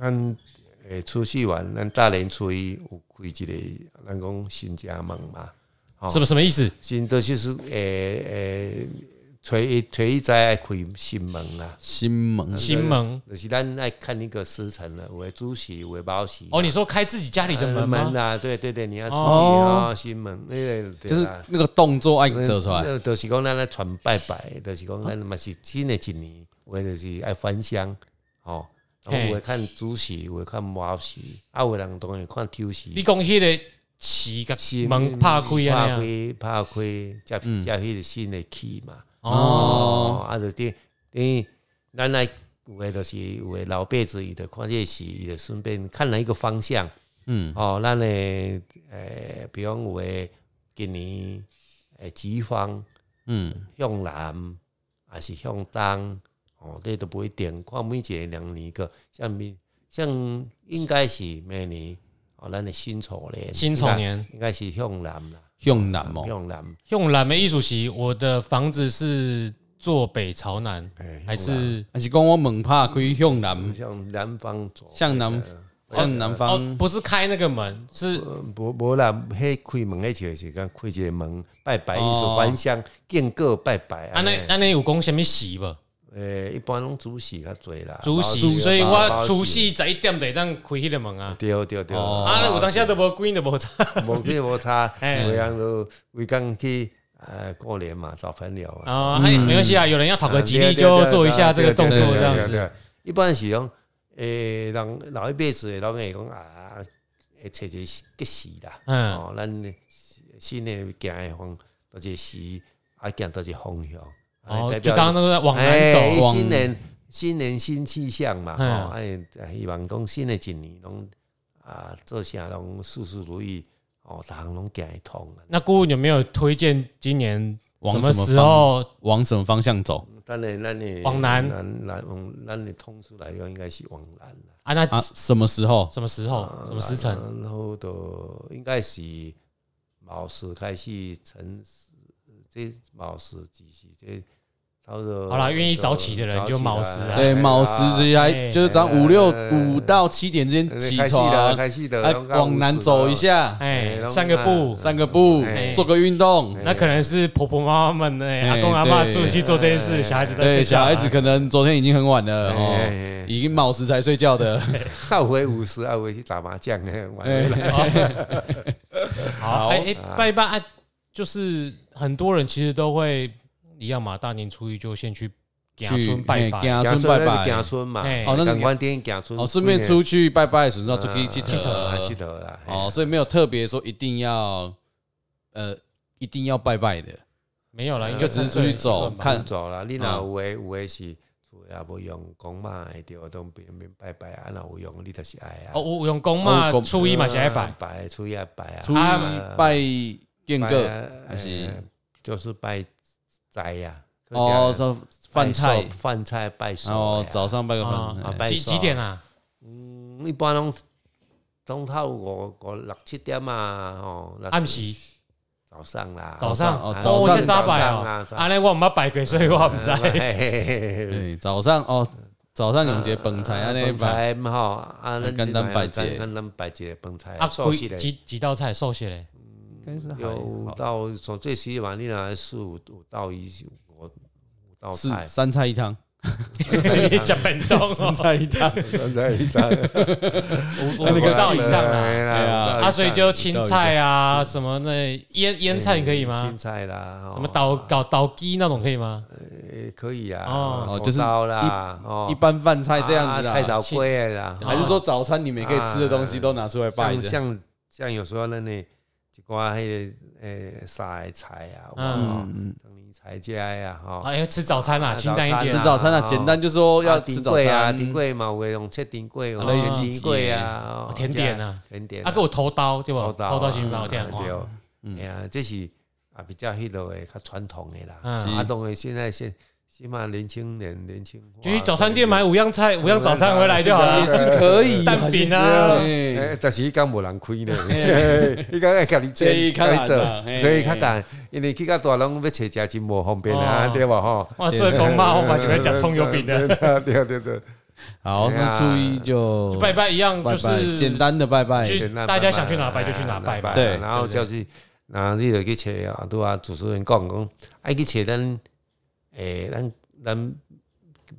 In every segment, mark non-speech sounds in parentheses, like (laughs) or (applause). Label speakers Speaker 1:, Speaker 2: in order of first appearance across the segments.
Speaker 1: 咱诶出去玩，咱大年初一有开一个，咱讲新家门嘛，哦
Speaker 2: 什么什么意思？
Speaker 1: 新都就是呃诶诶，初一初一再爱开新门啦。
Speaker 3: 新盟
Speaker 2: 新门
Speaker 1: 就是咱爱看那个时辰了，有的主席，有的包席。
Speaker 2: 哦，你说开自己家里的
Speaker 1: 呃
Speaker 2: 门
Speaker 1: 门
Speaker 2: 吗？
Speaker 1: 啊，对对对，你要注意
Speaker 3: 哦
Speaker 1: 啊，新门那个对
Speaker 3: 就是
Speaker 1: 啦
Speaker 3: 那个动作爱做出来，
Speaker 1: 呃就是讲咱来传拜拜，就是讲咱嘛是新的一年，有的就是爱翻箱，吼、然
Speaker 2: 嘿
Speaker 1: 后有的看主席，有的看猫席，啊，有的人当然看抽席
Speaker 2: 你。讲迄个旗甲
Speaker 1: 新
Speaker 2: 门拍开啊
Speaker 1: 拍
Speaker 2: 那样，
Speaker 1: 开，嗯拍开，加加迄个新的气嘛。
Speaker 2: 哦，
Speaker 1: 哦，啊，就是等等于咱来有诶，就是有诶老辈子伊就看这戏，伊就顺便看了一个方向。
Speaker 3: 嗯，
Speaker 1: 哦，咱诶诶，比方有诶今年诶吉方
Speaker 3: 嗯，
Speaker 1: 向南，还是向东，哦，这都不一定，看每一个两年个，像明像应该是明年哦，咱诶辛丑年，
Speaker 2: 辛丑年
Speaker 1: 应该应该是向南啦，
Speaker 3: 用南哦，
Speaker 1: 向南，
Speaker 2: 用蓝莓艺术席，我的房子是坐北朝南，
Speaker 1: 哎
Speaker 2: 还
Speaker 1: 向
Speaker 2: 是
Speaker 3: 还是讲我门怕可以向南
Speaker 1: 南，向南方走，
Speaker 3: 向南向南
Speaker 2: 哦
Speaker 3: 方，
Speaker 2: 不是开那个门，是
Speaker 1: 呃无无啦，迄开门迄就是讲开一个门拜拜，伊是
Speaker 3: 哦
Speaker 1: 返乡见过拜拜安
Speaker 2: 安尼
Speaker 1: 尼。
Speaker 2: 安尼有讲什么席无？
Speaker 1: 诶，一般拢主席较侪啦，
Speaker 2: 主
Speaker 1: 啊包
Speaker 2: 席，
Speaker 1: 啊
Speaker 2: 所以
Speaker 1: 包
Speaker 2: 我
Speaker 1: 啊
Speaker 2: 除夕十一点就当开迄个门啊。
Speaker 1: 对对对，
Speaker 3: 哦
Speaker 2: 啊，那有当时都无关都无差。
Speaker 1: 无去无差，
Speaker 2: (laughs) 嘿
Speaker 1: 每人都每工去呃过年嘛，找朋友啊，
Speaker 2: 啊，哎，没关系啊，有人要讨
Speaker 1: 讨
Speaker 2: 个吉利就做一下这个动作，这样。
Speaker 1: 对对对对对对
Speaker 2: 子。
Speaker 1: 对一般是讲诶，人老一辈子的拢会讲啊，会找一个吉时啦，
Speaker 2: 嗯
Speaker 1: 哦，咱新的行的方，多一个时，啊，行多一个方向，
Speaker 2: 哦，
Speaker 1: 哎代
Speaker 2: 就
Speaker 1: 表
Speaker 2: 刚刚那个往南
Speaker 1: 哎
Speaker 2: 走，
Speaker 1: 新年新年新气象嘛，
Speaker 2: 嗯
Speaker 1: 哦，哎，希望讲新的一年拢啊，做啥拢事事如意，哦，逐项拢行会通啊。
Speaker 2: 那顾问有没有推荐今年
Speaker 3: 往
Speaker 2: 什么
Speaker 3: 什么
Speaker 2: 时候？
Speaker 3: 往什么方向走？
Speaker 1: 当然，咱的
Speaker 2: 往南
Speaker 1: 南南往咱的通俗来讲，应该是往南啦。
Speaker 2: 啊，那
Speaker 3: 啊，什么时候？
Speaker 2: 什么时候？哦什么时辰？
Speaker 1: 啊然后都应该是卯时开始辰时，这卯时几时这。差不多
Speaker 2: 好啦愿意早起的人就卯时啊
Speaker 3: 对，卯时之
Speaker 2: 哎
Speaker 3: 来，就是早上五六五到七点之
Speaker 1: 呃
Speaker 3: 间起
Speaker 1: 开始啦，
Speaker 3: 床，
Speaker 1: 开始的
Speaker 3: 哎，往南走一。下，
Speaker 2: 哎
Speaker 1: 哎，拢
Speaker 2: 散个步，
Speaker 3: 散个步
Speaker 1: 哎，
Speaker 3: 做个运动。
Speaker 2: 那可能是婆婆妈妈们哎，
Speaker 3: 哎
Speaker 2: 阿公阿妈
Speaker 3: 对
Speaker 2: 出去做这件事，
Speaker 1: 哎
Speaker 2: 小孩子在
Speaker 3: 对，
Speaker 2: 睡觉
Speaker 3: 小
Speaker 2: 啊。
Speaker 3: 孩子可能昨天已经很晚了
Speaker 1: 哎
Speaker 3: 哦
Speaker 1: 哎，
Speaker 3: 已经卯时才睡觉的。
Speaker 1: 后悔五十，啊后悔去打麻将哎，玩回来。
Speaker 2: 好，哎哎，拜一拜啊，就是很多人其实都会一样嘛，大年初一就先去家村拜
Speaker 3: 嘿
Speaker 2: 拜。
Speaker 3: 行
Speaker 1: 行
Speaker 3: 村
Speaker 1: 村
Speaker 3: 拜
Speaker 1: 咱就
Speaker 3: 拜
Speaker 1: 行，村嘛，
Speaker 2: 哎
Speaker 3: 哦那是
Speaker 1: 感官电影行村，
Speaker 3: 哦，顺便出去拜拜的时候，顺道出去
Speaker 1: 去
Speaker 3: 去佚
Speaker 1: 去
Speaker 3: 佗。
Speaker 1: 佗啊啦。
Speaker 3: 哦，
Speaker 1: 哦，
Speaker 3: 所以没有特别说一定要，呃，一定要拜拜的。
Speaker 2: 没有了，应该
Speaker 3: 哎就只是出去走
Speaker 2: 看。
Speaker 3: 看
Speaker 1: 走啦，你若
Speaker 3: 啊
Speaker 1: 有诶有诶是厝也无用，讲嘛诶着都免免拜拜啊，若有用你着是爱啊
Speaker 2: 哦，。有用公嘛
Speaker 3: 哦，公
Speaker 2: 初一嘛是爱拜，
Speaker 1: 拜初一拜啊，
Speaker 3: 初一
Speaker 2: 啊
Speaker 3: 拜见个
Speaker 1: 拜
Speaker 3: 还是
Speaker 1: 呃就是拜斋啊呀。
Speaker 3: 哦，
Speaker 1: 客家
Speaker 3: 说饭菜
Speaker 1: 拜寿饭菜拜寿
Speaker 3: 哦
Speaker 1: 呀，
Speaker 3: 早上哎拜个
Speaker 2: 啊
Speaker 3: 饭
Speaker 1: 啊
Speaker 3: 菜，
Speaker 1: 拜
Speaker 2: 几
Speaker 1: 寿
Speaker 2: 几点啊？
Speaker 1: 嗯一般拢拢透五五六七点啊，吼，六
Speaker 2: 暗时
Speaker 1: 早上啦，
Speaker 2: 早上
Speaker 3: 哦
Speaker 1: 啊
Speaker 3: 早上
Speaker 2: 哦，这早拜
Speaker 1: 啊
Speaker 2: 哦，
Speaker 1: 早
Speaker 2: 啊，那我唔捌拜过，所以我唔
Speaker 3: 哎
Speaker 1: 嘿
Speaker 2: 知。
Speaker 1: 嘿嘿嘿
Speaker 3: 对，早上哦，早上永杰本菜安尼
Speaker 1: 啊呃饭
Speaker 3: 拜，
Speaker 1: 菜吼，啊，咱
Speaker 3: 简单摆一个
Speaker 1: 简单摆一个饭菜，
Speaker 2: 啊，
Speaker 1: 哎寿
Speaker 2: 几
Speaker 1: 司嘞，
Speaker 2: 几几道菜寿司嘞？
Speaker 3: 应该是还
Speaker 1: 有
Speaker 3: 好
Speaker 1: 到从最起码你若四五五到一五五道
Speaker 3: 是
Speaker 1: 菜，
Speaker 3: 三菜一汤，
Speaker 2: 你讲本东 (laughs) 哦，
Speaker 1: (laughs)
Speaker 3: 一汤，
Speaker 1: 三菜一汤，
Speaker 2: 五五哦个道以上啊。
Speaker 1: 哎啦
Speaker 3: 哎
Speaker 1: 五道
Speaker 3: 呀
Speaker 1: 以上
Speaker 2: 啊，所以就青菜啊，什么那腌腌菜可以吗
Speaker 1: 哎青？菜哦啦，
Speaker 2: 什么倒搞倒鸡那种可以吗？
Speaker 1: 也可以啊，
Speaker 2: 哦
Speaker 3: 哦
Speaker 1: 红
Speaker 3: 就是
Speaker 1: 烧啦，哦
Speaker 3: 一般饭菜这样子
Speaker 1: 啊菜
Speaker 3: 啊，
Speaker 1: 头粿的啦，
Speaker 3: 还是说早餐你们也可以吃的东西都拿出来拜
Speaker 1: 像
Speaker 3: 的，
Speaker 1: 像像有时候咱呢，一寡迄个诶沙的菜啊，
Speaker 2: 嗯
Speaker 1: 嗯嗯，藤泥菜芥呀，吼，
Speaker 2: 啊，要吃早餐啊，
Speaker 1: 哦啊
Speaker 2: 清淡一
Speaker 1: 早餐
Speaker 2: 点
Speaker 3: 吃
Speaker 2: 啊。
Speaker 1: 啊
Speaker 3: 早餐啊，
Speaker 1: 哦
Speaker 3: 简单就说要吃
Speaker 1: 顶
Speaker 3: 早
Speaker 1: 柜啊，
Speaker 3: 餐，
Speaker 1: 顶柜嘛，有诶用切顶柜，有
Speaker 2: 啊
Speaker 1: 切顶柜啊，哦
Speaker 2: 甜点啊，
Speaker 1: 甜点
Speaker 2: 啊，给我头刀对吧？
Speaker 1: 偷啊
Speaker 2: 头刀行吧，我听嗯
Speaker 1: 对
Speaker 2: 话。，
Speaker 1: 哎呀，这是啊比较迄落诶，较传统诶啦。
Speaker 2: 嗯，
Speaker 1: 啊，当然现在现起码年轻人年轻化，
Speaker 2: 就去早餐店买五样菜，五样早餐回来就
Speaker 1: 啊
Speaker 2: 好
Speaker 3: 啊也
Speaker 2: 了。
Speaker 3: 是可以
Speaker 2: 蛋饼啊
Speaker 3: 哎
Speaker 1: 诶，但是伊讲无人开 (laughs)
Speaker 2: (laughs)
Speaker 1: 呢，伊讲要家己
Speaker 2: 啊
Speaker 1: 做，
Speaker 3: 这伊较
Speaker 1: 家己做
Speaker 3: 难啦嘿，
Speaker 1: 所以较难，因为去较大拢要找食真无方便啊
Speaker 2: 哦，
Speaker 1: 对无吼？ (laughs)
Speaker 2: 哇，这公妈我蛮喜欢讲葱油饼的。
Speaker 1: 对对对，
Speaker 3: 好，
Speaker 1: 哎呀
Speaker 3: 那初一就
Speaker 2: 就
Speaker 1: 啊
Speaker 2: 拜拜一样，
Speaker 3: 拜
Speaker 2: 就
Speaker 3: 拜，
Speaker 2: 是
Speaker 3: 简单的拜拜。
Speaker 2: 去
Speaker 1: 简单
Speaker 2: 大家
Speaker 1: 拜
Speaker 2: 想去哪拜就去
Speaker 1: 哎
Speaker 2: 哪拜嘛
Speaker 3: 对
Speaker 1: 然后就去，然后你就去找啊，拄啊主持人讲讲，爱去找咱诶，咱咱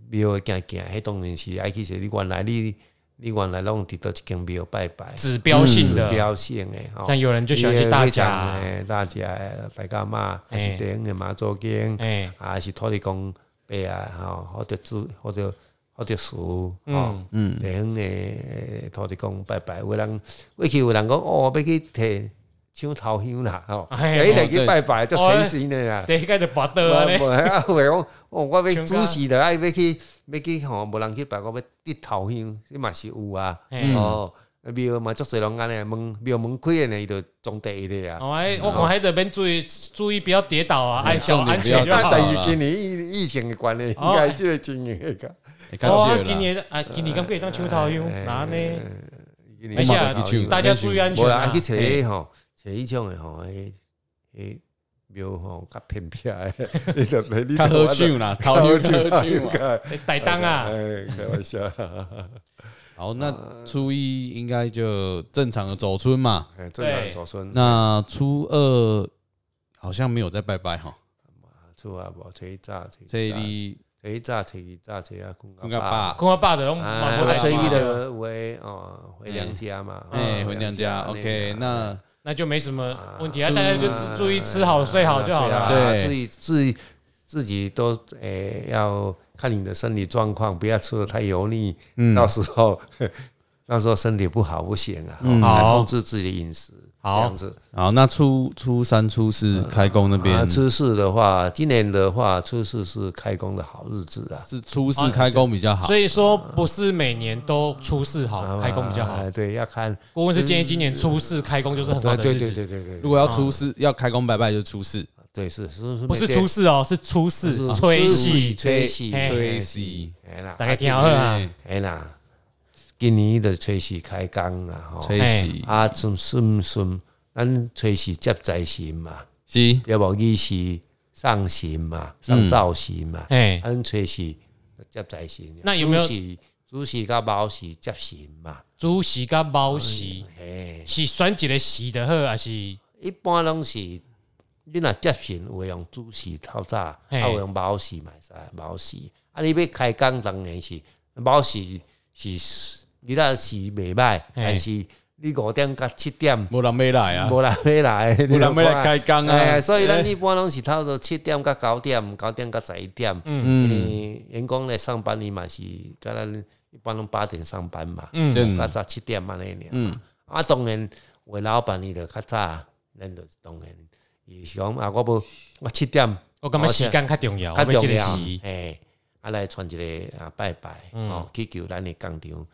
Speaker 1: 庙诶行行，迄当然是爱去找你原来你你原来拢伫倒一间庙拜拜，
Speaker 2: 指标性
Speaker 1: 嗯指
Speaker 2: 的，
Speaker 1: 标嗯性诶吼。
Speaker 2: 像有人就喜欢去大甲，啊
Speaker 1: 诶，大家诶，大家嘛，还是
Speaker 2: 哎
Speaker 1: 顶诶妈祖经，
Speaker 2: 哎，
Speaker 1: 啊是土地公伯啊，吼，或者主或者或者树，吼。
Speaker 2: 嗯，
Speaker 3: 嗯，
Speaker 1: 地方的土地公拜拜，有人过去有人讲哦，要去摕抢头香啦，吼，哎，
Speaker 2: 哎哦
Speaker 1: 来去
Speaker 3: 对
Speaker 1: 拜拜，足神神的 (laughs) 啦。
Speaker 2: 对，该就拔刀
Speaker 1: 无
Speaker 2: 啊嘞，
Speaker 1: (laughs) 无啊，有的讲哦，我要
Speaker 2: 抢
Speaker 1: 主
Speaker 2: 到
Speaker 1: 持的，爱要去要去吼，无人去拜，我要得头香，这嘛是有啊。
Speaker 2: 嘿嗯
Speaker 1: 哦，庙嘛足侪人安尼门庙门开的呢，伊就装第一个啊。
Speaker 2: 哦哎，我看还得边注意注意，不要跌倒啊，安小
Speaker 3: 重点
Speaker 2: 安
Speaker 3: 不
Speaker 2: 全
Speaker 3: 要
Speaker 2: 就
Speaker 3: 跌
Speaker 1: 啊，
Speaker 2: 好
Speaker 1: 但
Speaker 2: 了。
Speaker 1: 是今年疫疫情的关系，应
Speaker 2: 哦
Speaker 1: 该即个经营会较。
Speaker 3: 会较
Speaker 2: 哦，
Speaker 3: 少
Speaker 2: 啊
Speaker 3: 啦
Speaker 2: 今年啊，今年敢可以当秋桃香，
Speaker 1: 哎
Speaker 2: 哪呢？
Speaker 1: 今年
Speaker 2: 没事
Speaker 1: 头香
Speaker 2: 啊，
Speaker 3: 去
Speaker 2: 大家注意安全
Speaker 1: 无啦，
Speaker 2: 啊
Speaker 1: 去！找迄吼，找迄种诶吼，迄迄庙吼较偏僻诶，你就你你
Speaker 3: 较好唱 (laughs) 啦，
Speaker 1: 较
Speaker 3: 头
Speaker 1: 好
Speaker 3: 香
Speaker 1: 唱
Speaker 3: 较好唱嘛。
Speaker 2: 哎歹当啊，
Speaker 1: 哎，开玩笑，
Speaker 3: 好，那初一应该就正常的走春嘛。
Speaker 1: 哎，正常祖孙，
Speaker 3: 那初二好像没有在拜拜哈，
Speaker 1: 厝啊无初一早，初
Speaker 3: 这
Speaker 1: 一早
Speaker 3: 里
Speaker 1: 初一早，初二早，初啊，公
Speaker 3: 应该爸，
Speaker 2: 跟我爸的拢
Speaker 1: 哎，
Speaker 2: 嘛无
Speaker 1: 啊
Speaker 2: 代
Speaker 1: 初
Speaker 2: 志
Speaker 1: 一
Speaker 2: 嘛，
Speaker 1: 的为哦回娘家嘛，
Speaker 3: 哎，
Speaker 1: 哦
Speaker 3: 回娘家。OK，那
Speaker 2: 那就没什么问题啊，
Speaker 3: 是
Speaker 2: 大家就只注意吃好睡好就好了啊。
Speaker 1: 对啊，
Speaker 3: 对
Speaker 1: 自己自己自己都诶、要看你的身体状况，不要吃的太油腻，
Speaker 3: 嗯
Speaker 1: 到时候 (laughs) 到时候身体不好不行啊，
Speaker 3: 嗯
Speaker 1: 来
Speaker 2: 好
Speaker 1: 控制自己的饮食，
Speaker 2: 好
Speaker 1: 这样子。
Speaker 3: 好，那初初三、初四开工那
Speaker 1: 啊，
Speaker 3: 边
Speaker 1: 初四的话，今年的话，初四是开工的好日子啊。
Speaker 3: 是初四开工比较好
Speaker 2: 所，以说不是每年都初四好，开工比较好。
Speaker 1: 啊，对，要看，
Speaker 2: 顾问是建议今年初四开工就是很好
Speaker 1: 对
Speaker 2: 的
Speaker 1: 对
Speaker 2: 日
Speaker 1: 对
Speaker 2: 子，
Speaker 1: 对对
Speaker 3: 如
Speaker 1: 对，
Speaker 3: 果要初四要开工拜拜就是初四，
Speaker 1: 对是是是，
Speaker 2: 不是初四哦，是初
Speaker 1: 是
Speaker 2: 四吹
Speaker 1: 四
Speaker 2: 戏。
Speaker 1: 吹戏
Speaker 2: 嘿
Speaker 1: 吹
Speaker 3: 吹
Speaker 1: 戏
Speaker 3: 戏，
Speaker 1: 哎啦，
Speaker 2: 大家听好啊
Speaker 3: 哎，
Speaker 1: 哎啦，今年的吹戏开工啦，吼。
Speaker 3: 吹喜
Speaker 1: 啊，顺顺顺，咱吹是接财神嘛，
Speaker 3: 喜，
Speaker 1: 要无伊是上神嘛，上灶神嘛，
Speaker 2: 哎，
Speaker 1: 咱吹是接财神。
Speaker 2: 那有没有
Speaker 1: 主是主是甲猫是接神嘛？
Speaker 2: 猪席跟猫席
Speaker 1: 嘿，
Speaker 2: 是选一个席的好，还是
Speaker 1: 一般拢是你若接神，有的用主是透早，啊
Speaker 2: 嘿
Speaker 1: 有用猫是嘛会使猫是。啊，你要开工当然是猫是是，你若是袂歹，
Speaker 2: 嘿
Speaker 1: 但是你五点甲七点。
Speaker 3: 没人没来啊，
Speaker 1: 无人要来，
Speaker 3: 没人要来开工啊
Speaker 1: 哎所以咱一般拢是差不多七点到九点，九点到十一点。
Speaker 2: 嗯
Speaker 1: 嗯，员工来上班伊嘛是，甲咱一般拢八点上班嘛，
Speaker 2: 嗯
Speaker 3: 嗯
Speaker 1: 较早七点安尼尔。
Speaker 3: 嗯，
Speaker 1: 啊，当然，为老板伊就较早，咱就当然，伊是讲啊，我无我七点
Speaker 2: 我感觉时间较重要，
Speaker 1: 较
Speaker 2: 哦我要这
Speaker 1: 重
Speaker 2: 个
Speaker 1: 要
Speaker 2: 席，
Speaker 1: 哎，啊来传一个啊拜拜，
Speaker 2: 嗯
Speaker 1: 哦，去求咱的工厂，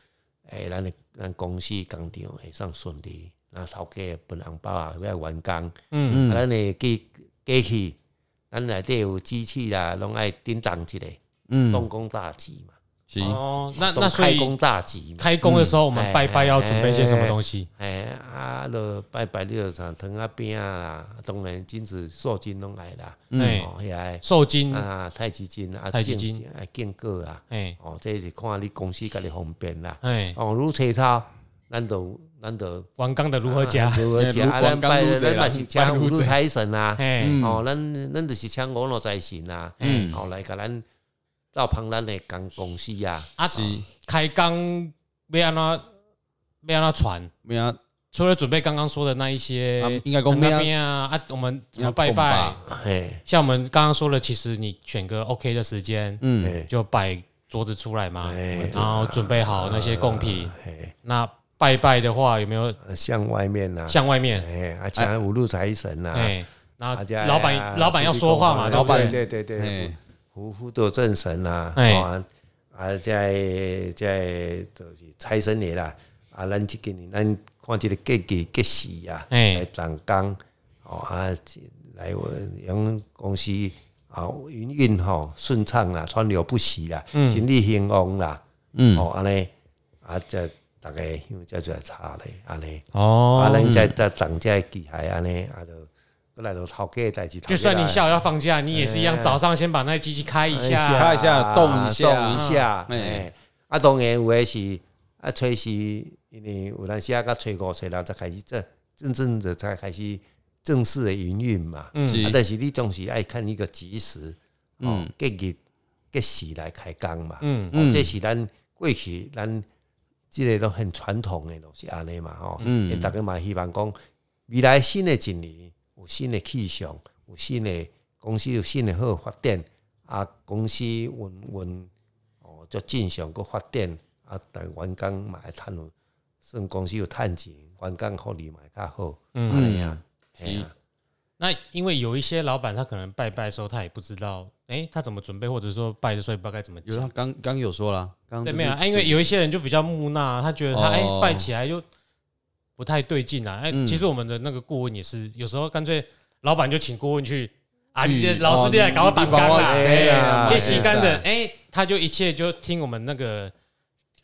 Speaker 1: 哎，咱的咱公司工厂会上顺利，那头家分红包啊，要员工。
Speaker 2: 嗯，
Speaker 1: 啊，咱诶机机器，咱内底有机器啦，拢爱叮当一个，动
Speaker 3: 嗯，
Speaker 1: 工大吉嘛，
Speaker 3: 喜，
Speaker 2: 哦，那
Speaker 1: 动
Speaker 2: 那所
Speaker 1: 开
Speaker 2: 以
Speaker 1: 工大吉嘛。
Speaker 2: 开工的时候，我们
Speaker 1: 嗯
Speaker 2: 拜拜要准备些什么东西？
Speaker 1: 哎，啊，就拜拜你就啥糖啊饼啊啦，当然金子、塑金拢来啦，
Speaker 2: 哎，
Speaker 1: 哦，遐
Speaker 2: 受金
Speaker 1: 个，啊，太极金啊，
Speaker 2: 嗯太极金
Speaker 1: 啊，剑果啊，
Speaker 2: 哎
Speaker 1: 哦，这是看你公司家己方便啦。
Speaker 2: 哎，
Speaker 1: 哦，如切炒，咱就咱 (laughs) 就
Speaker 2: 王刚的如何加？
Speaker 1: 如何食
Speaker 3: 哎如
Speaker 1: 啊？咱
Speaker 3: 广
Speaker 1: 拜
Speaker 3: 刚如
Speaker 1: 咱
Speaker 3: 贼啦
Speaker 1: 嘛是请五路财神啊。
Speaker 2: 哎，
Speaker 3: 嗯
Speaker 1: 哦，咱咱就是请五路财神啊，
Speaker 3: 嗯
Speaker 1: 后来甲咱到旁咱的工公司啊，
Speaker 2: 啊，
Speaker 3: 喜，
Speaker 2: 开工要安怎要安怎传？
Speaker 3: 没啊，
Speaker 2: 除了准备刚刚说的那一些
Speaker 3: 啊，应该讲
Speaker 2: 那
Speaker 3: 没啊，
Speaker 2: 边啊啊，我们怎么
Speaker 3: 要
Speaker 2: 拜
Speaker 3: 供
Speaker 2: 拜
Speaker 3: 吧？
Speaker 1: 嘿，
Speaker 2: 像我们刚刚说的，其实你选个 OK 的时间，
Speaker 3: 嗯，
Speaker 1: 嘿
Speaker 2: 就摆桌子出来嘛，
Speaker 1: 哎
Speaker 2: 然后准备好那些贡品。
Speaker 1: 嘿，啊
Speaker 2: 那拜拜的话，有没有
Speaker 1: 向外面啊，
Speaker 2: 向外面？
Speaker 1: 哎，啊，请五路财神啊，
Speaker 2: 哎，然后
Speaker 1: 啊这
Speaker 2: 老板老板要说话嘛，
Speaker 1: 哎
Speaker 2: 对不对
Speaker 3: 老板
Speaker 1: 对对对对
Speaker 3: 哎，
Speaker 1: 胡胡斗正神啊，
Speaker 2: 哎
Speaker 1: 哦啊，啊，在在就是财神爷啦，啊，咱即今年咱看即个结计结事啊，
Speaker 2: 哎
Speaker 1: 来动工，哦啊，来我用公司啊营运吼顺畅啦，川流不息啦，
Speaker 2: 嗯
Speaker 1: 生意兴旺啦，
Speaker 3: 嗯
Speaker 1: 哦安尼啊，这大家乡这就来查咧，安尼。啊，
Speaker 2: 哦，
Speaker 1: 咱再再涨这机械安尼，啊，就过来就头家的代志。
Speaker 2: 就算你
Speaker 1: 下
Speaker 2: 下午要放假，你也是一样，早上先把那机器开一
Speaker 1: 哎
Speaker 2: 下嗯
Speaker 1: 是啊
Speaker 3: 开一下动一下
Speaker 1: 动一下，
Speaker 3: 哎
Speaker 1: 哎，啊，当然有诶是啊，初是因为有当时啊，到初五、初六才开始正真正的才开始正式的营运嘛。
Speaker 2: 嗯
Speaker 3: 是
Speaker 1: 啊，但是你总是爱看一个及时，哦
Speaker 3: 嗯，
Speaker 1: 吉日吉时来开工嘛。
Speaker 2: 嗯
Speaker 1: 哦
Speaker 3: 嗯，
Speaker 1: 这是咱过去咱即个都很传统的都是安尼嘛吼。
Speaker 3: 嗯
Speaker 1: 嗯，大家嘛希望讲未来新的一年有新的气象，有新的公司有新的好的发展，啊，公司运运哦，就正常个发展啊，但员工嘛会趁有，算公司有趁钱，员工福利嘛会较好，
Speaker 3: 嗯
Speaker 1: 安
Speaker 3: 哎
Speaker 1: 尼啊，嘿啊，
Speaker 2: 那因为有一些老板，他可能拜拜的时候，他也不知道，哎、他怎么准备，或者说拜的时候也不知道该怎么
Speaker 3: 有他
Speaker 2: 讲。
Speaker 3: 刚刚有说了，刚
Speaker 2: 对，
Speaker 3: 就
Speaker 2: 没
Speaker 3: 是
Speaker 2: 有啊，因为有一些人就比较木讷，他觉得他哎、
Speaker 3: 哦
Speaker 2: 拜起来就不太对劲啊。哎、
Speaker 3: 嗯
Speaker 2: 其实我们的那个顾问也是，有时候干脆老板就请顾问去啊，
Speaker 3: 去
Speaker 2: 你的老师你来搞我
Speaker 3: 哦
Speaker 2: 打
Speaker 3: 你
Speaker 2: 工
Speaker 3: 帮我
Speaker 2: 啦，
Speaker 1: 哎呀
Speaker 2: 哎，也洗干的，
Speaker 3: 哎
Speaker 2: 哎、他就一切就听我们那个。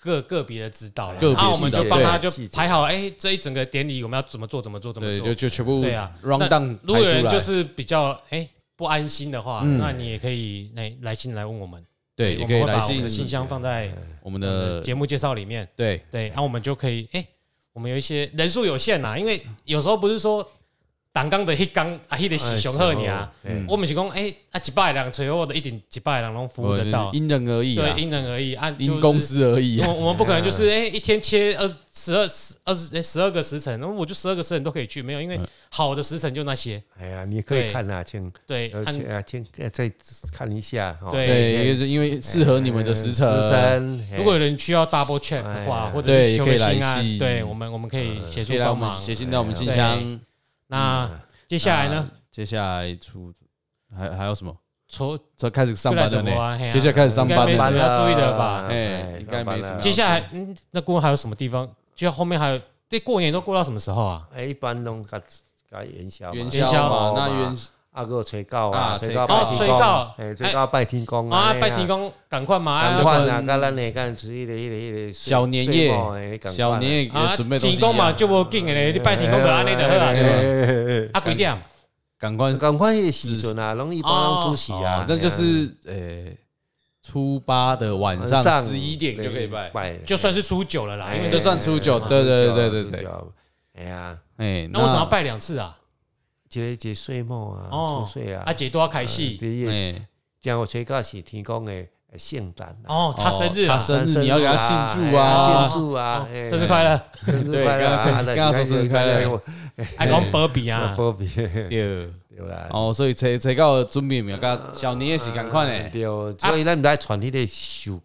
Speaker 2: 个个别的指导了，
Speaker 3: 个别
Speaker 2: 然后我们
Speaker 3: 指导
Speaker 2: 就帮他
Speaker 1: 对
Speaker 2: 就
Speaker 1: 细节
Speaker 2: 排好，哎，这一整个典礼我们要怎么做，怎么做，怎么
Speaker 3: 对，
Speaker 2: 做，
Speaker 3: 就就全部
Speaker 2: 对啊
Speaker 3: round
Speaker 2: 那
Speaker 3: down
Speaker 2: 如果有
Speaker 3: 排出
Speaker 2: 人
Speaker 3: 来
Speaker 2: 就是比较哎、不安心的话，
Speaker 3: 嗯
Speaker 2: 那你也可以哎来来信来问我们，
Speaker 3: 对，
Speaker 2: 我
Speaker 3: 也
Speaker 2: 们
Speaker 3: 可以
Speaker 2: 会把
Speaker 3: 来
Speaker 2: 我们的信
Speaker 3: 信呃
Speaker 2: 箱放在
Speaker 3: 我们的
Speaker 2: 节目介绍里面，
Speaker 3: 对
Speaker 2: 对，然后我们就可以哎、我们有一些人数有限呐，因为有时候不是说党纲的一纲啊，一的喜熊贺你啊，
Speaker 1: 哎，
Speaker 2: 我们是讲哎、啊几百人最后的一定几百人都服务得到，
Speaker 3: 因人而异
Speaker 2: 对
Speaker 3: 啊，，
Speaker 2: 因人而异，按、就是、
Speaker 3: 因公司而异啊，
Speaker 2: 我我们不可能就是哎、一天切二十二十二十十二个时辰，那我就十二个时辰都可以去，没有，因为好的时辰就那些，
Speaker 1: 哎呀，你可以
Speaker 2: 对
Speaker 1: 看啊，请
Speaker 2: 对，
Speaker 1: 而
Speaker 2: 按
Speaker 1: 且啊，请呃再看一下，哦
Speaker 2: 对
Speaker 3: 对，因为是因为适合你们的时辰，
Speaker 1: 辰
Speaker 2: 如果有人需要 double check 的话，
Speaker 1: 哎
Speaker 2: 或者是
Speaker 3: 对
Speaker 2: 求
Speaker 3: 可
Speaker 2: 个
Speaker 3: 以来
Speaker 2: 心啊
Speaker 3: 信，
Speaker 2: 对我们我们可以协助
Speaker 3: 可以来我
Speaker 2: 帮
Speaker 3: 们
Speaker 2: 忙。
Speaker 3: 写信到我们信箱。
Speaker 2: 那接下来呢？
Speaker 3: 那？接下来出还还有什么？
Speaker 2: 除
Speaker 3: 这开始上
Speaker 2: 过来啊
Speaker 3: 班
Speaker 2: 的
Speaker 3: 了呢，
Speaker 2: 话，
Speaker 3: 接下来开始上班
Speaker 2: 应该没什
Speaker 3: 了
Speaker 2: 么
Speaker 3: 呢。
Speaker 2: 要注意的吧
Speaker 3: 哎应该没什么要注
Speaker 2: 接
Speaker 3: 意
Speaker 2: 下来嗯，那顾问还有什么地方？就后面还有，这过年都过到什么时候啊？
Speaker 1: 哎，一般拢甲甲元宵嘛，
Speaker 3: 元
Speaker 2: 宵
Speaker 3: 嘛
Speaker 1: 嘛，，
Speaker 3: 那元
Speaker 1: 啊个吹告
Speaker 3: 啊
Speaker 1: 啊，吹告
Speaker 3: 吹告
Speaker 1: 拜天公，哎，
Speaker 2: 哦吹告
Speaker 1: 吹告拜天公
Speaker 2: 啊，
Speaker 1: 这样
Speaker 2: 拜提供赶快嘛！
Speaker 1: 赶
Speaker 2: 啊
Speaker 1: 快啊，
Speaker 3: 赶快
Speaker 1: 甲咱诶干出迄个迄个迄个
Speaker 3: 小年夜小
Speaker 1: 小
Speaker 3: 年
Speaker 1: 年
Speaker 3: 夜也
Speaker 2: 啊，
Speaker 3: 准备东
Speaker 2: 提
Speaker 3: 西一
Speaker 2: 供嘛
Speaker 3: 样，
Speaker 2: 就无紧的嘞，你拜提供就安尼就好
Speaker 3: 哎哎哎
Speaker 2: 啊。
Speaker 1: 夜，
Speaker 2: 啊，几点？
Speaker 3: 赶快
Speaker 1: 赶快迄个时阵啊，拢一般拢主席啊
Speaker 3: 哦，那就是呃初八的晚
Speaker 1: 晚
Speaker 3: 上十一点就可以拜，
Speaker 1: 拜，
Speaker 2: 就算是初九了啦，因为哦
Speaker 3: 就算初九
Speaker 1: 哎
Speaker 3: 对对对对
Speaker 1: 初
Speaker 3: 对
Speaker 1: 九哎呀，
Speaker 3: 哎，
Speaker 2: 那为什么要拜两次啊？
Speaker 1: 一个一个岁末啊，
Speaker 2: 哦
Speaker 1: 初岁啊，
Speaker 2: 啊，姐都要开
Speaker 1: 戏，
Speaker 2: 戏
Speaker 1: 这也是
Speaker 3: 哎，
Speaker 1: 正有吹告是天公的圣诞啊。
Speaker 2: 哦，他生日
Speaker 3: 呃他
Speaker 2: 啊，
Speaker 3: 生日你要给他庆祝
Speaker 2: 啊
Speaker 3: 啊，
Speaker 1: 哎庆祝啊，哎
Speaker 2: 生日快，乐！
Speaker 1: 生日快乐，
Speaker 3: 对跟他说生日
Speaker 1: 哎
Speaker 3: 快乐
Speaker 2: 还
Speaker 3: 哎
Speaker 2: 讲波比
Speaker 1: 啊，
Speaker 2: 啊，
Speaker 1: 波比 (laughs) 对
Speaker 3: 对，
Speaker 1: 啦，
Speaker 3: 哦，所以找找到准备物，甲小年夜是赶快嘞，
Speaker 2: 啊
Speaker 1: 对，所以咱毋爱传迄个寿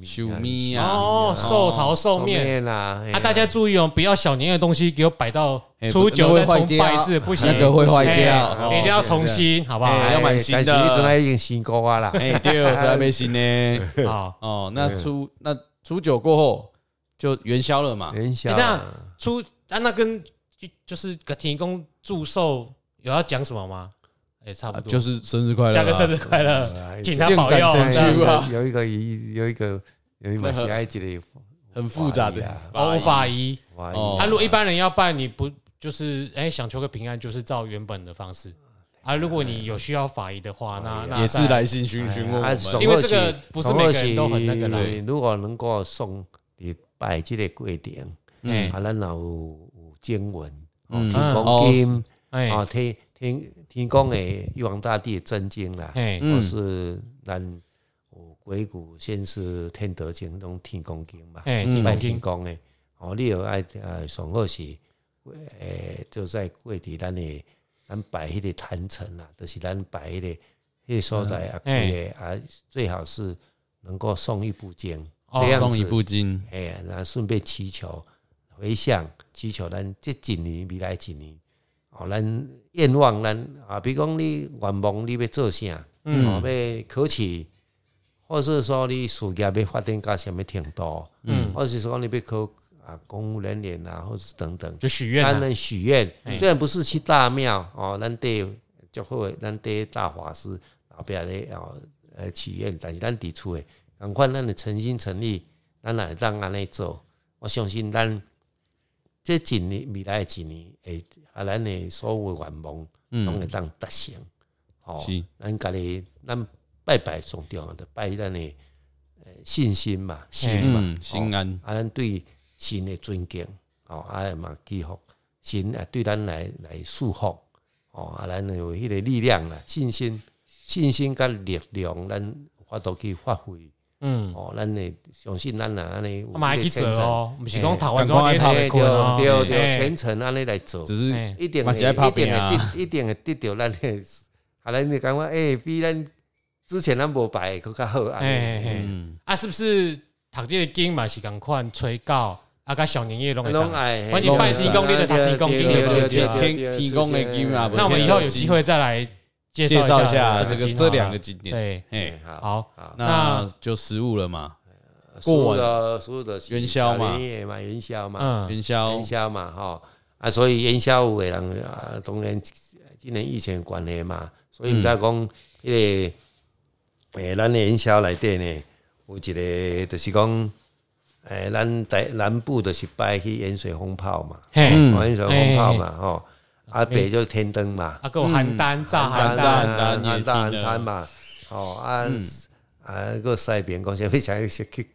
Speaker 1: 寿面啊
Speaker 3: 寿面啊
Speaker 2: 哦，寿桃寿
Speaker 1: 寿
Speaker 2: 面
Speaker 1: 面啦，哎呀
Speaker 2: 啊，大家注意哦，不要小年夜的东西给我摆到初
Speaker 3: 哎
Speaker 2: 九再
Speaker 3: 不那会坏
Speaker 2: 重
Speaker 3: 掉
Speaker 2: 拜一次，不行，
Speaker 3: 那个会坏掉
Speaker 2: 哎
Speaker 3: 哦
Speaker 2: 你一定要重新，好不好？
Speaker 3: 哎要买新的
Speaker 1: 但是你阵仔已经新高啊
Speaker 2: (laughs)
Speaker 1: 啦，
Speaker 3: 哎，对，实在没行呢。
Speaker 2: 好，
Speaker 3: 哦，那初那初九过后就元宵了嘛，
Speaker 1: 元宵
Speaker 2: 哎那初啊，那跟就就是提供祝寿有要讲什么吗？哎，差不
Speaker 3: 啊嗯
Speaker 2: 多，
Speaker 3: 就是是生日快乐
Speaker 2: 加
Speaker 3: 啦，
Speaker 2: 个生日快乐，请他保佑
Speaker 3: 性感
Speaker 1: 有
Speaker 3: 正
Speaker 1: 一
Speaker 2: (laughs)
Speaker 3: 区
Speaker 1: 个
Speaker 2: 哎
Speaker 3: 啊，
Speaker 1: 哎有一个有一个有一个是爱一个
Speaker 3: 很复杂的
Speaker 2: 哦，无法仪。
Speaker 1: 怀疑
Speaker 3: 哦
Speaker 2: 啊，如果一般人要拜，你不就是哎想求个平安，就是照原本的方式啊。如果你有需要法仪的话，那那
Speaker 3: 哦也是
Speaker 2: 再
Speaker 3: 来信询询问我
Speaker 1: 啊
Speaker 3: 们，
Speaker 1: 爽
Speaker 2: 因为这个不是每个人都很那个啦
Speaker 1: 从二是如果能够送礼拜这个过程，
Speaker 3: 嗯
Speaker 1: 啊，咱也有有经文，哦，
Speaker 3: 嗯
Speaker 1: 天公经，
Speaker 2: 哎
Speaker 1: 哦，天天天公的玉皇大帝的真经啦，
Speaker 2: 哎
Speaker 3: 嗯
Speaker 1: 或是咱有鬼谷先是天德经那种天公经嘛，
Speaker 2: 哎，
Speaker 3: 嗯
Speaker 2: 提
Speaker 1: 拜
Speaker 2: 供
Speaker 1: 天
Speaker 2: 听
Speaker 1: 公的，哦，你有爱呃，上好是，诶，就在过地咱的咱摆迄个坛城啊，就是咱摆迄个迄个所在啊，
Speaker 2: 嗯
Speaker 1: 贵的啊，最好是能够送一部经，
Speaker 2: 哦
Speaker 1: 这样
Speaker 3: 送一
Speaker 1: 子，
Speaker 3: 部经，
Speaker 1: 哎，然后顺便祈求回向，祈求咱这一年未来一年，哦，咱愿望咱啊，比如讲你愿望你要做啥，哦，要考试。或是说你事业要发展到什么程度，
Speaker 2: 嗯
Speaker 1: 或是说你被考啊公务人员啊，或是等等，
Speaker 2: 就许愿
Speaker 1: 咱
Speaker 2: 啊，
Speaker 1: 能许愿，虽然不是去大庙哦，咱对就好的，咱对大法师后壁咧哦呃祈愿，但是咱伫厝诶，赶快咱的诚心诚意，咱来当安尼做，我相信咱这一年未来的一年，会啊咱的所有的愿望
Speaker 2: 嗯
Speaker 1: 拢会当达成，哦
Speaker 3: 是，
Speaker 1: 咱家己咱拜拜上重要的拜咱的呃信心嘛，
Speaker 2: 嘿
Speaker 1: 信嘛，
Speaker 2: 哎
Speaker 3: 嗯，心
Speaker 2: 哦
Speaker 3: 安，
Speaker 1: 啊，咱对神的尊敬，哦，啊嘛祈福，神啊对咱来来祝福，哦，啊咱有迄个力量啦，信心、信心甲力量，咱有法度去发挥，
Speaker 2: 嗯，
Speaker 1: 哦，咱会相信咱若安尼有
Speaker 2: 啊嘛
Speaker 1: 迄
Speaker 2: 会
Speaker 1: 个
Speaker 2: 去做
Speaker 1: 虔诚，
Speaker 2: 哦，毋是讲读完
Speaker 3: 哎赶
Speaker 2: 之后你
Speaker 3: 快拍
Speaker 2: 头
Speaker 1: 对对
Speaker 2: 会困哦，哎
Speaker 1: 对
Speaker 2: 嘿
Speaker 1: 对，全程安尼来做，
Speaker 3: 只是
Speaker 2: 嘿
Speaker 1: 一定
Speaker 3: 嘛
Speaker 1: 会
Speaker 3: 是要打
Speaker 1: 一定
Speaker 3: 拼啊
Speaker 1: 会得一定会得到咱的，啊，咱就感觉诶，比咱之前咱无排的佫较好安
Speaker 2: 嘿嘿
Speaker 1: 尼，
Speaker 2: 嘿，
Speaker 3: 嗯，
Speaker 2: 啊，是不是读这个经嘛是共款吹到啊，甲小年夜拢会
Speaker 1: 拢
Speaker 2: 当
Speaker 1: 爱，
Speaker 2: 反正拜天公你就打天公
Speaker 1: 对
Speaker 2: 经就对了
Speaker 3: 天天公的经啊
Speaker 2: 那我们以后有机会再来介
Speaker 3: 介绍
Speaker 2: 绍
Speaker 3: 一下这
Speaker 2: 这
Speaker 3: 个
Speaker 2: 经
Speaker 3: 这
Speaker 2: 好了
Speaker 3: 两个景点，
Speaker 2: 对，
Speaker 3: 哎，
Speaker 1: 好，
Speaker 2: 好，
Speaker 3: 那就食物了嘛，
Speaker 1: 过了，所有的是
Speaker 3: 元宵嘛
Speaker 1: 小年夜嘛，元宵嘛，
Speaker 2: 嗯，
Speaker 3: 元宵
Speaker 1: 元，宵嘛，吼啊，所以元宵有的人啊，当然今年疫情的关系嘛，所以毋知
Speaker 3: 嗯
Speaker 1: 讲迄个诶，咱的元宵内底呢，有一个就是讲。诶，咱台南部就是拜去盐水风炮嘛，
Speaker 3: 嗯
Speaker 2: 嘿，
Speaker 1: 哦盐水风炮嘛，吼，啊北就是天灯嘛，
Speaker 2: 啊，还有邯郸炸邯
Speaker 1: 邯郸啊邯郸
Speaker 2: 郸，
Speaker 1: 邯郸嘛，吼啊啊个西边讲啥物啥是曲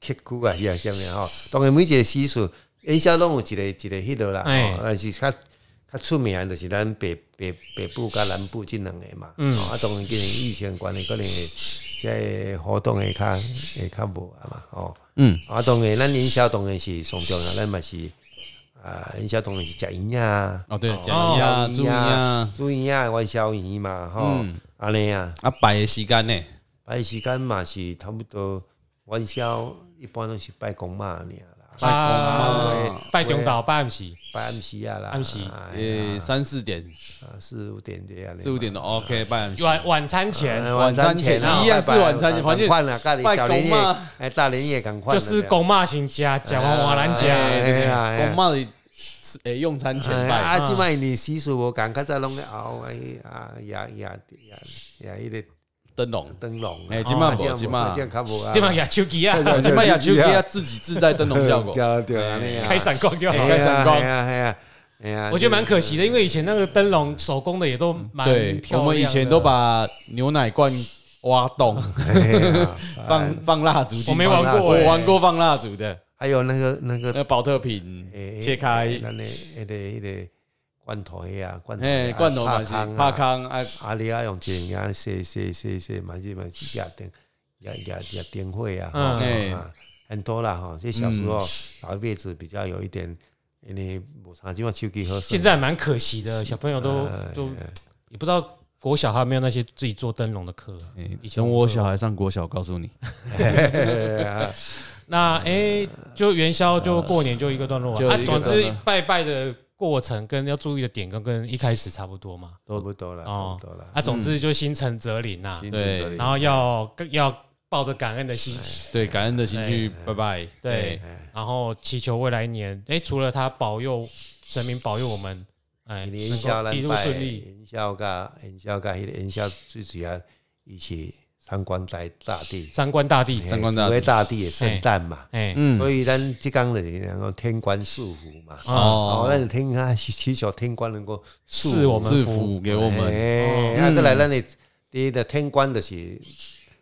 Speaker 1: 曲曲啊，是啊啥物吼。当然每一个时数，元宵拢有一个一个迄落啦，
Speaker 2: 哎
Speaker 1: 吼，但是较较出名的就是咱北北北部甲南部即两个嘛，吼啊当然今年疫情关系，可能会即个活动会较会较无啊嘛，吼。
Speaker 3: 嗯，
Speaker 1: 啊，当然，咱营销当然是上重要，咱嘛是啊，营销当然是食盐啊，
Speaker 3: 哦对，讲一下
Speaker 1: 哦
Speaker 3: 注意啊，
Speaker 1: 煮盐啊，元宵盐嘛，吼，安尼啊，
Speaker 3: 啊摆的时间呢，
Speaker 1: 拜时间嘛是差不多，元宵一般拢是拜公妈尔啦，
Speaker 2: 啊，拜中岛拜毋是，
Speaker 1: 拜暗时啊啦，
Speaker 2: 暗时
Speaker 1: 哎
Speaker 3: 呃三四点
Speaker 1: 啊四五点的啊，
Speaker 3: 四五点钟 OK 拜完，
Speaker 2: 晚晚餐前
Speaker 1: 哎
Speaker 3: 晚餐前
Speaker 1: 啊
Speaker 3: 一样是
Speaker 1: 拜拜
Speaker 3: 晚餐前反
Speaker 1: 赶
Speaker 3: 正
Speaker 1: 快啦，家里
Speaker 3: 拜
Speaker 1: 小年
Speaker 3: 公妈
Speaker 1: 夜，哎，大年夜赶快
Speaker 2: 就
Speaker 1: 啦，
Speaker 2: 是公妈先食，食完晚咱
Speaker 1: 哎
Speaker 2: 食，
Speaker 1: 哎呀哎呀
Speaker 3: 公妈的吃诶用餐前
Speaker 1: 哎
Speaker 3: 拜，
Speaker 1: 啊，即摆你习俗无共，较早拢咧熬哎啊，也也也也迄个
Speaker 3: 灯笼，
Speaker 1: 灯笼啊。
Speaker 3: 哎
Speaker 1: 哦
Speaker 3: 即摆
Speaker 1: 啊这
Speaker 3: 无
Speaker 1: 样
Speaker 3: 即
Speaker 1: 无
Speaker 3: 摆
Speaker 1: 啊这样较无啊。
Speaker 2: 这
Speaker 1: (laughs)
Speaker 2: 嘛也手机啊，
Speaker 1: 对
Speaker 3: 今麦也就给他自己自带灯笼效果，
Speaker 1: 嗯对对安尼啊，
Speaker 2: 哎开闪光就好
Speaker 1: 哎呀，。
Speaker 2: 开闪光
Speaker 1: 哎呀哎呀哎呀，
Speaker 2: 我觉得蛮可惜的，因为以前那个灯笼手工的也都蛮
Speaker 3: 对，
Speaker 2: 漂
Speaker 3: 我
Speaker 2: 亮的。
Speaker 3: 们以前都把牛奶罐挖洞，放放蜡烛进去，
Speaker 2: 我没玩
Speaker 1: 过
Speaker 3: 我
Speaker 2: 欸
Speaker 3: 玩过放蜡烛的，
Speaker 1: 还有那个那个
Speaker 2: 呃
Speaker 3: 那保特瓶
Speaker 1: 哎
Speaker 3: 切开，
Speaker 1: 咱的迄个迄个罐头呀，啊，罐头
Speaker 3: 哎，罐头嘛是怕
Speaker 1: 啊，
Speaker 3: 康啊，
Speaker 1: 啊你啊用钱啊，洗洗洗洗，嘛是嘛是也灯也也也灯会啊，
Speaker 2: 嗯
Speaker 3: 哎
Speaker 1: 啊，很多啦哈。这小时候老一辈子比较有一点，因为无啥即款手机好耍，
Speaker 2: 现在蛮可惜的，小朋友都
Speaker 1: 哎
Speaker 2: 都也不知道国小还有没有那些自己做灯笼的课。
Speaker 3: 哎
Speaker 2: 以前
Speaker 3: 等我小孩上国小，告诉你，
Speaker 1: 哎
Speaker 2: 那哎、诶就元宵就过年就一个段落
Speaker 3: 就
Speaker 2: 啊，
Speaker 3: 一个
Speaker 2: 总
Speaker 3: 段
Speaker 2: 之
Speaker 3: 落
Speaker 2: 拜拜的过程跟要注意的点跟跟一开始差不多嘛。
Speaker 1: 差不多了，差
Speaker 2: 哦
Speaker 1: 不多了。
Speaker 2: 啊，总之就心诚则灵呐，
Speaker 1: 心
Speaker 3: 对
Speaker 1: 存着力
Speaker 2: 然后要更要抱着感恩的心，
Speaker 3: (laughs) 对，感恩的心去，拜拜，
Speaker 2: 对，然后祈求未来一年，哎，除了他保佑神明保佑我们，哎，
Speaker 1: 因为营销
Speaker 2: 能够
Speaker 1: 咱
Speaker 2: 一路
Speaker 1: 拜
Speaker 2: 顺利，
Speaker 1: 营销甲营销甲迄个营销最主要啊伊是三观大大帝，
Speaker 2: 三观大帝，
Speaker 3: 三观
Speaker 1: 嘿
Speaker 3: 大帝
Speaker 1: 紫薇大帝的圣诞嘛，
Speaker 2: 哎，
Speaker 3: 嗯，
Speaker 1: 所以咱即工就是能够天官赐福嘛。哦，
Speaker 3: 哦，
Speaker 1: 咱就天啊，祈求天官能够
Speaker 2: 是我们
Speaker 3: 赐
Speaker 2: 福，
Speaker 3: 福给我们，
Speaker 1: 哎，啊，再来咱的第一的天官就是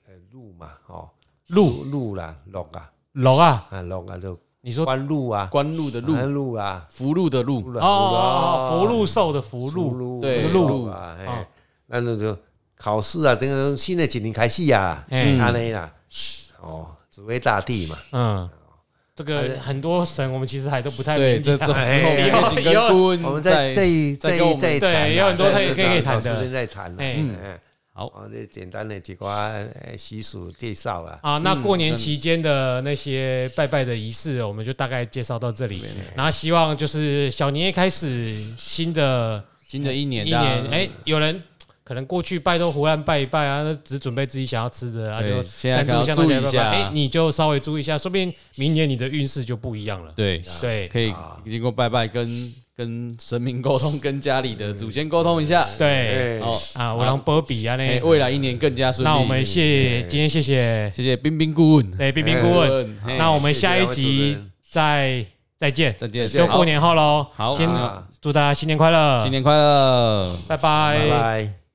Speaker 1: 呃路嘛，哦，
Speaker 2: 路
Speaker 1: 路啦，路啊，
Speaker 2: 龙啊，
Speaker 1: 啊路啊，就
Speaker 2: 你说
Speaker 1: 官路啊，
Speaker 3: 官路的路，
Speaker 1: 啊路啊，
Speaker 3: 福禄的
Speaker 1: 路
Speaker 3: 路，
Speaker 1: 啦
Speaker 2: 哦哦，哦福禄寿的福
Speaker 1: 路
Speaker 2: 禄，
Speaker 1: 路
Speaker 3: 对
Speaker 1: 路啊，
Speaker 2: 哦
Speaker 1: 嘿，咱就就考试啊，等于新的一年开始啊，
Speaker 2: 哎
Speaker 1: 安尼啦，哦，紫薇大帝嘛，
Speaker 2: 嗯，这个很多神我们其实还都不太
Speaker 3: 对，
Speaker 2: 明
Speaker 3: 这
Speaker 2: 解
Speaker 3: 这之后
Speaker 1: 哎
Speaker 3: 也可以请跟顾问
Speaker 1: 我们再再再
Speaker 3: 再跟我们
Speaker 1: 再
Speaker 2: 对
Speaker 1: 谈啊，
Speaker 2: 有很多可以可以可以谈的
Speaker 1: 时间再谈啊，
Speaker 2: 哎
Speaker 1: 嗯，
Speaker 3: 好
Speaker 1: 哦，这简单的几个呃习俗介绍啦，
Speaker 2: 啊，
Speaker 3: 嗯
Speaker 2: 那过年期间的那些拜拜的仪式，我们就大概介绍到这里。
Speaker 3: 嗯
Speaker 2: 然后希望就是小年夜开始，新的
Speaker 3: 新的一
Speaker 2: 一
Speaker 3: 年啊
Speaker 2: 年，
Speaker 3: 大家
Speaker 2: 哎、有人可能过去拜都胡乱拜一拜啊，那只准备自己想要吃的啊，
Speaker 3: 对
Speaker 2: 就
Speaker 3: 现在
Speaker 2: 三
Speaker 3: 可能
Speaker 2: 炷
Speaker 3: 要
Speaker 2: 香大家
Speaker 3: 注意
Speaker 2: 拜
Speaker 3: 一
Speaker 2: 拜
Speaker 3: 下
Speaker 2: 哎、你就稍微注意一下，说不定明年你的运势就不一样了。
Speaker 3: 对，
Speaker 2: 对
Speaker 3: 可以经过拜拜跟跟神明沟通，跟家里的祖先沟通一下，
Speaker 1: 哎
Speaker 2: 对
Speaker 3: 哦，
Speaker 2: 啊，我让波比啊
Speaker 3: 哎，
Speaker 2: 那
Speaker 3: 未来一年更加顺利。
Speaker 2: 那我们
Speaker 3: 哎
Speaker 2: 谢今天谢谢
Speaker 3: 谢谢冰冰顾问，
Speaker 2: 对冰冰顾问，
Speaker 3: 嘿
Speaker 2: 那我们
Speaker 1: 哎谢谢
Speaker 2: 下一
Speaker 1: 两位主持
Speaker 2: 集
Speaker 1: 人
Speaker 2: 再再见。
Speaker 3: 再见，
Speaker 2: 就过
Speaker 3: 年，
Speaker 2: 年后喽。
Speaker 3: 好
Speaker 2: 先
Speaker 3: 啊
Speaker 2: 祝大家新年快乐，
Speaker 3: 新年快乐。
Speaker 2: 拜拜
Speaker 1: 拜拜。